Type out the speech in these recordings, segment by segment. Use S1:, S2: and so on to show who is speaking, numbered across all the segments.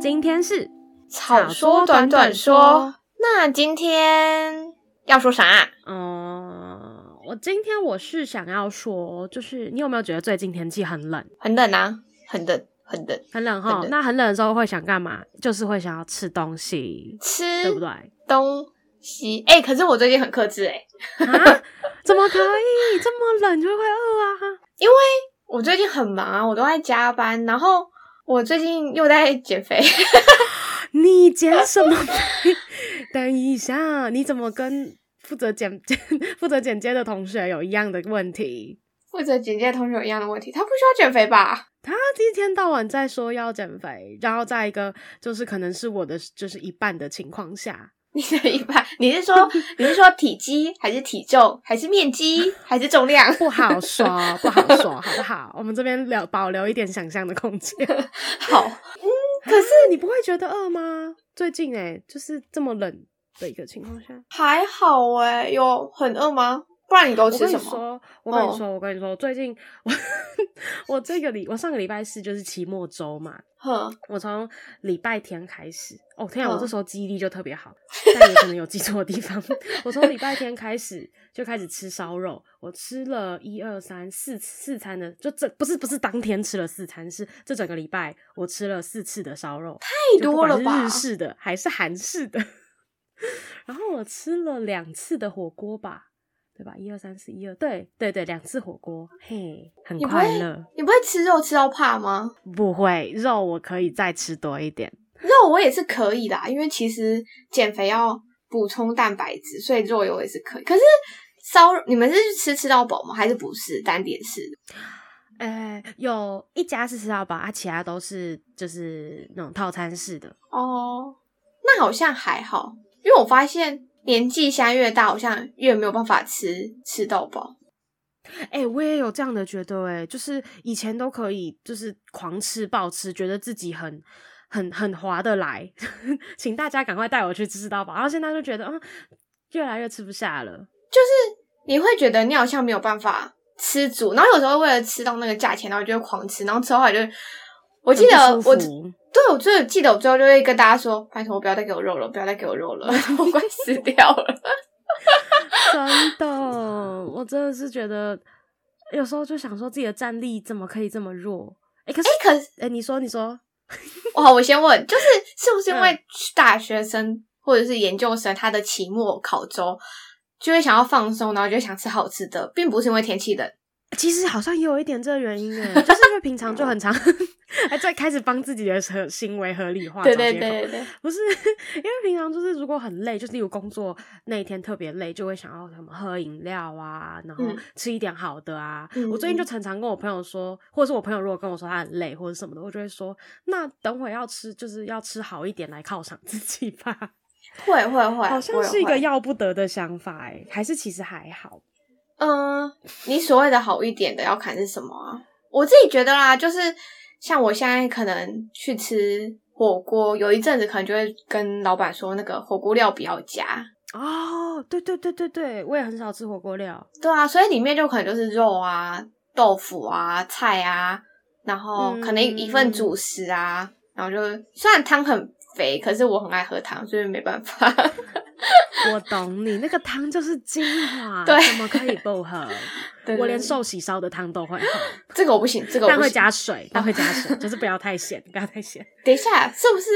S1: 今天是
S2: 草说短短说，那今天要说啥、啊？
S1: 嗯，我今天我是想要说，就是你有没有觉得最近天气很冷？
S2: 很冷啊，很冷，很冷，
S1: 很冷哈
S2: 很。冷
S1: 那很冷的时候会想干嘛？就是会想要吃东西，
S2: 吃
S1: 对不对？
S2: 东西。哎、可是我最近很克制哎、
S1: 啊？怎么可以这么冷就会饿啊？
S2: 我最近很忙啊，我都在加班，然后我最近又在减肥。
S1: 你减什么肥？等一下，你怎么跟负责剪 负责剪接的同学有一样的问题？
S2: 负责简介的同学有一样的问题，他不需要减肥吧？
S1: 他一天到晚在说要减肥，然后在一个就是可能是我的就是一半的情况下，
S2: 你的一半，你是说 你是说体积还是体重还是面 积还是重量？
S1: 不好说，不好说，好不好？我们这边留保留一点想象的空 间。
S2: 好，
S1: 可是你不会觉得饿吗？最近哎、就是这么冷的一个情况下，
S2: 还好哎、有很饿吗？不然你都
S1: 我
S2: 吃
S1: 跟你
S2: 什么？
S1: 说，我跟你
S2: 哦
S1: 说，我跟你说，最近我 我这个礼我上个礼拜四就是期末周嘛，
S2: 哼，
S1: 我从礼拜天开始，哦天啊，我
S2: 嗯
S1: 这时候记忆力就特别好，但也可能有记错地方。 我从礼拜天开始就开始吃烧肉，我吃了一二三四四餐的，就这不是不是当天吃了四餐，是这整个礼拜我吃了四次的烧肉，
S2: 太多了
S1: 就不管
S2: 吧
S1: 是日？式的还是韩式的。 然后我吃了两次的火锅吧，对吧？一二三四，一二，对对对，两次火锅，嘿，很
S2: 你不
S1: 快
S2: 会
S1: 乐。
S2: 你不会吃肉吃到怕吗？
S1: 不会，肉我可以再吃多一点。
S2: 肉我也是可以的啊，因为其实减肥要补充蛋白质，所以肉油也是可以。可是烧肉，你们是吃吃到饱吗？还是不是单点式的？
S1: 呃，有一家是吃到饱，啊，其他都是就是那种套餐式的。
S2: 哦，那好像还好，因为我发现年纪现在越大，好像越没有办法吃吃到饱。
S1: 哎、我也有这样的觉得、欸，哎，就是以前都可以，就是狂吃暴吃，觉得自己很很很划得来， 请大家赶快带我去吃到饱。然后现在就觉得，嗯，越来越吃不下了。
S2: 你会觉得你好像没有办法吃足，然后有时候为了吃到那个价钱，然后就会狂吃，然后吃到后来就，我记得
S1: 很不
S2: 我
S1: 舒服
S2: 对我最记得我最后就会跟大家说，拜托不要再给我肉了，不要再给我肉了， 哎我快死掉了。
S1: 真的，我真的是觉得有时候就想说自己的战力怎么可以这么弱？哎、可是，
S2: 可是
S1: 哎、你说，你说，
S2: 哇，我先问，就是是不是因
S1: 嗯
S2: 为大学生或者是研究生他的期末考周就会想要放松，然后就会想吃好吃的，并不是因为天气冷。
S1: 其实好像也有一点这个原因诶， 就是因为平常就很常， 还在开始帮自己的合行为合理化。
S2: 对对对，对对，
S1: 不是 因为平常就是如果很累，就是例如工作那一天特别累，就会想要什么喝饮料啊，然后
S2: 嗯
S1: 吃一点好的啊。
S2: 嗯
S1: 我最近就常常跟我朋友说，或者是我朋友如果跟我说他很累或者什么的，我就会说，那等会要吃就是要吃好一点来犒赏自己 吧。
S2: 会会会，
S1: 好像是一个
S2: 会会
S1: 要不得的想法诶，还是其实还好。
S2: 嗯，你所谓的好一点的要看是什么啊？我自己觉得啦，就是像我现在可能去吃火锅，有一阵子可能就会跟老板说那个火锅料不要加。
S1: 哦，对对对对对，我也很少吃火锅料。
S2: 对啊，所以里面就可能就是肉啊、豆腐啊、菜啊，然后可能
S1: 嗯
S2: 一份主食啊，然后就虽然汤很肥，可是我很爱喝汤，所以没办法。
S1: 我懂你，那个汤就是精华，
S2: 对
S1: 怎么可以不喝？
S2: 对
S1: 我
S2: 对
S1: 连
S2: 对
S1: 寿喜烧的汤都会喝，
S2: 这个我不行，这个我
S1: 但
S2: 不
S1: 会
S2: 行。
S1: 加水，但会加 水，就是不要太咸，不要太咸。
S2: 等一下，是不是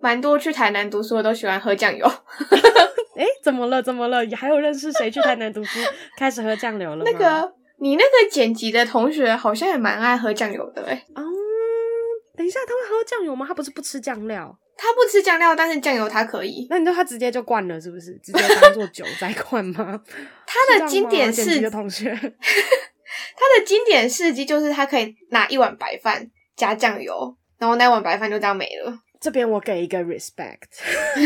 S2: 蛮多去台南读书的都喜欢喝酱油？
S1: 哎，怎么了？怎么了？还有认识谁去台南读书开始喝酱油了吗？
S2: 那个你那个剪辑的同学好像也蛮爱喝酱油的哎、
S1: 哦，等一下，他会喝酱油吗？他不是不吃酱料？
S2: 他不吃酱料，但是酱油他可以。
S1: 那你说他直接就灌了，是不是？直接当做酒在灌吗？
S2: 他的
S1: 是这样
S2: 经
S1: 吗
S2: 典
S1: 剪
S2: 是
S1: 辑的同学，
S2: 他的经典事迹就是他可以拿一碗白饭加酱油，然后那碗白饭就这样没了。
S1: 这边我给一个 respect，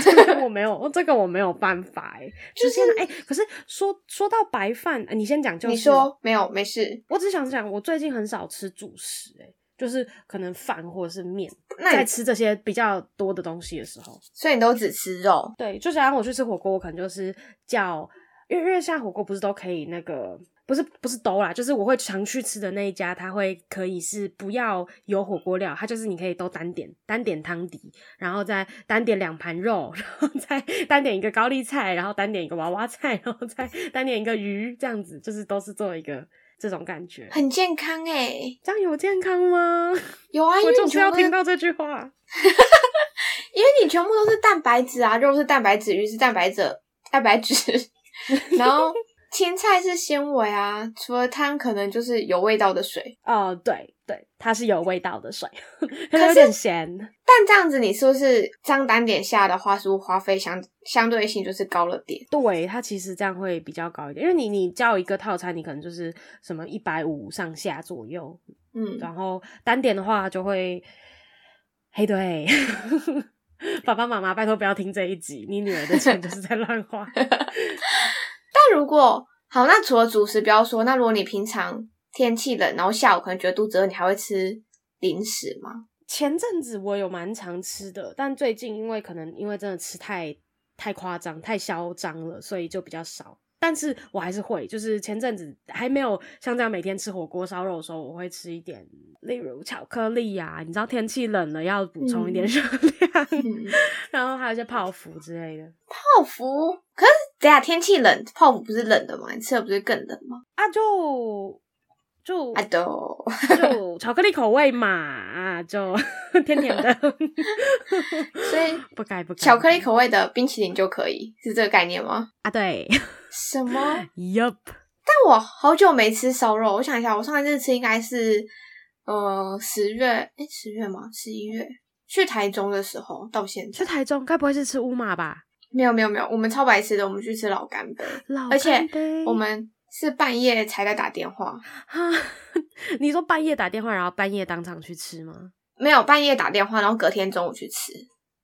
S1: 这个我没有，这个我没有办法哎、
S2: 就
S1: 就是是哎、可是说说到白饭，呃你先讲就是。
S2: 你说没有，没事。
S1: 我只想讲，我最近很少吃主食、欸，就是可能饭或者是面，
S2: 那
S1: 在
S2: 你
S1: 吃这些比较多的东西的时候，
S2: 所以你都只吃肉
S1: 对，就假如我去吃火锅，我可能就是叫，因为因为现在火锅不是都可以那个不是不是兜啦，就是我会常去吃的那一家，它会可以是不要有火锅料，它就是你可以都单点，单点汤底，然后再单点两盘肉， 然后再单点一个高丽菜，然后单点一个娃娃菜，然后再单点一个鱼，这样子就是都是做一个这种感觉。
S2: 很健康哎、
S1: 这样有健康 吗？
S2: 有啊，因
S1: 欸我
S2: 为
S1: 总
S2: 你
S1: 是
S2: 全
S1: 要
S2: 部都是
S1: 听到这句话。
S2: 因为你全部都是蛋白质啊，肉是蛋白质，鱼是蛋白质， 蛋 白质，然后青菜是纤维啊，除了汤可能就是有味道的水。
S1: 哦，对对，它是有味道的水，
S2: 可
S1: 它有
S2: 是
S1: 点咸。
S2: 但这样子，你是不是这样单点下的话，是不是花费相相对性就是高了点？
S1: 对，它其实这样会比较高一点，因为你你叫一个套餐，你可能就是什么一百五上下左右，
S2: 嗯，
S1: 然后单点的话就会，嘿对， 爸爸妈妈拜托不要听这一集，你女儿的钱就是在乱花。
S2: 但如果好，那除了主食不要说，那如果你平常天气冷，然后下午可能觉得肚子饿，你还会吃零食吗？
S1: 前阵子我有蛮常吃的，但最近因为可能因为真的吃太太夸张、太嚣张了，所以就比较少。但是我还是会，就是前阵子还没有像这样每天吃火锅烧肉的时候，我会吃一点，例如巧克力呀、你知道天气冷了要补充一点
S2: 嗯
S1: 热量，
S2: 嗯，
S1: 然后还有一些泡芙之类的
S2: 泡芙，可是等一下天气冷，泡芙不是冷的吗？你吃了不是更冷吗？
S1: 啊，就就
S2: 啊，对哦，
S1: 就巧克力口味嘛，啊，就甜甜的，
S2: 所 以
S1: 不该不该
S2: 巧克力口味的冰淇淋就可以，是这个概念吗？
S1: 啊，对
S2: 什么？
S1: ，Yup。
S2: 但我好久没吃烧肉，我想一下，我上一次吃应该是呃十月，哎十月吗？十一月去台中的时候到现
S1: 去
S2: 在，
S1: 台中，该不会是吃乌马吧？
S2: 没有没有没有，我们超白痴的，我们去吃老干杯，
S1: 老
S2: 而且
S1: 哦干杯
S2: 我们是半夜才在打电话，
S1: 哈，啊 你说半夜打电话，然后半夜当场去吃吗？
S2: 没有半夜打电话，然后隔天中午去吃，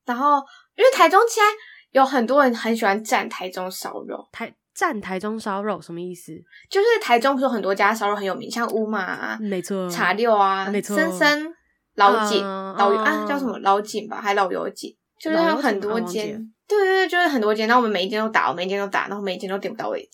S2: 然后因为台中现在有很多人很喜欢蘸台中烧肉，
S1: 台站台中烧肉什么意思？
S2: 就是台中不是有很多家烧肉很有名，像乌马啊、
S1: 没错，
S2: 茶六啊、
S1: 嗯没错
S2: 森森、老井、
S1: 嗯
S2: 老
S1: 嗯
S2: 啊叫什么老井吧，还老油井，就是
S1: 老
S2: 它
S1: 油
S2: 有
S1: 井
S2: 很
S1: 啊
S2: 多
S1: 忘记了
S2: 间。对对对，就是很多间，然后我们每一间都打，我每一间都打，然后每一间都点不到位置。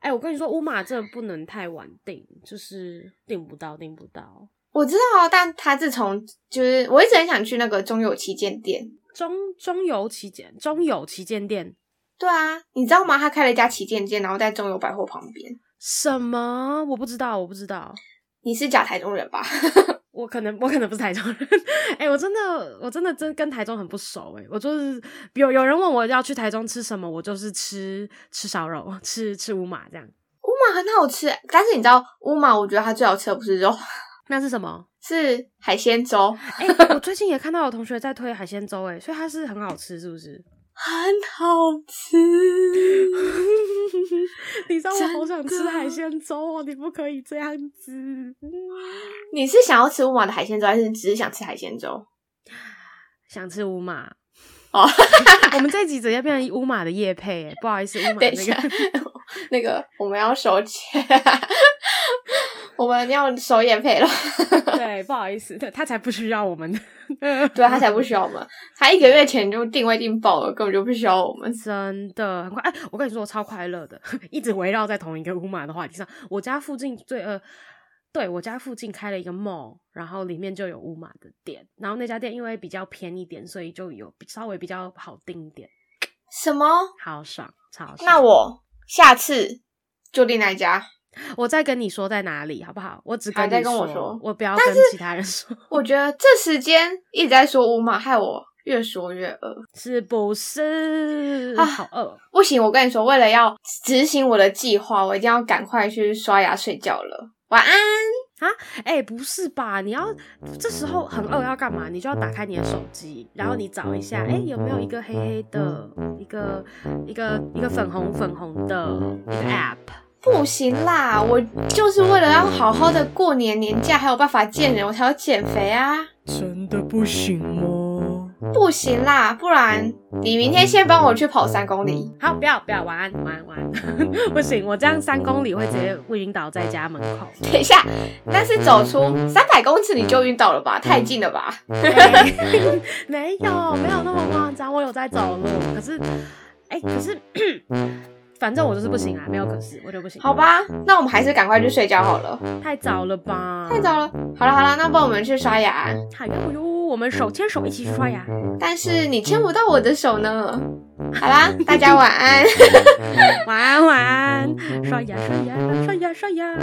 S1: 哎、我跟你说，乌马真的不能太晚订，就是订不到，订不到。
S2: 我知道啊，但他自从就是我一直很想去那个中友旗舰店。
S1: 中中油旗舰，中友旗舰店
S2: 对啊，你知道吗？他开了一家旗舰店，然后在中友百货旁边。
S1: 什么？我不知道，我不知道。
S2: 你是假台中人吧？
S1: 我可能我可能不是台中人，哎、我真的我真的真跟台中很不熟哎、我就是有有人问我要去台中吃什么，我就是吃吃烧肉，吃吃五马这样。
S2: 乌马很好吃，但是你知道乌马，我觉得它最好吃的不是肉，
S1: 那是什么？
S2: 是海鲜粥，
S1: 哎、我最近也看到有同学在推海鲜粥哎、所以它是很好吃是不是？
S2: 很好吃。
S1: 你知道我好想
S2: 真
S1: 吃
S2: 的
S1: 海鲜粥哦，你不可以这样子。
S2: 你是想要吃乌马的海鲜粥，还是只是想吃海鲜粥？
S1: 想吃五马
S2: 哦，
S1: 我们这一集直接变成五马的夜配哎、不好意思，五马
S2: 等一
S1: 那
S2: 下
S1: 个。，
S2: 那个我们要收钱，我们要收业配了。
S1: 对，不好意思，对他才不需要我们。
S2: 对啊他才不需要我们，他一个月前就定位定爆了，根本就不需要我们。
S1: 真的很快，哎，我跟你说，我超快乐的， 一直围绕在同一个乌马的话题上。我家附近最呃，对我家附近开了一个 mall，然后里面就有乌马的店，然后那家店因为比较偏一点，所以就有稍微比较好订一点，
S2: 什么？
S1: 好爽，超爽。
S2: 那我下次就订那一家。
S1: 我再跟你说在哪里，好不好？我只
S2: 好
S1: 跟
S2: 你
S1: 你
S2: 再跟我说
S1: 我不要
S2: 但
S1: 跟
S2: 是
S1: 其他人 说，
S2: 我觉得这时间一直在说乌马，害我越说越饿。
S1: 是不是？
S2: 啊
S1: 好饿。
S2: 不行，我跟你说，为了要执行我的计划，我一定要赶快去刷牙睡觉了。晚安。
S1: 哎、不是吧？你要这时候很饿要干嘛？你就要打开你的手机，然后你找一下，哎、有没有一个黑黑的，一个一个一个粉红粉红的一个 app？
S2: 不行啦，我就是为了要好好的过年年假，还有办法见人，我才要减肥啊！
S1: 真的不行哦吗？
S2: 不行啦，不然你明天先帮我去跑三公里。
S1: 好，不要不要，晚安晚安晚安，不 行，我这样三公里会直接晕倒在家门口。
S2: 等一下，但是走出三百公尺你就晕倒了吧？太近了吧？
S1: 没有没有那么夸张，我有在走路，可是哎、可是 反正我就是不行啊，没有可是，我就不行。
S2: 好，吧，那我们还是赶快去睡觉好了，
S1: 太早了吧？
S2: 太。早了。好了好了，那不然我们去刷牙，
S1: 哎呦呦，我们手牵手一起去刷牙。
S2: 但是你牵不到我的手呢。好啦，大家晚安。
S1: 晚安晚安，刷牙刷牙刷牙刷牙。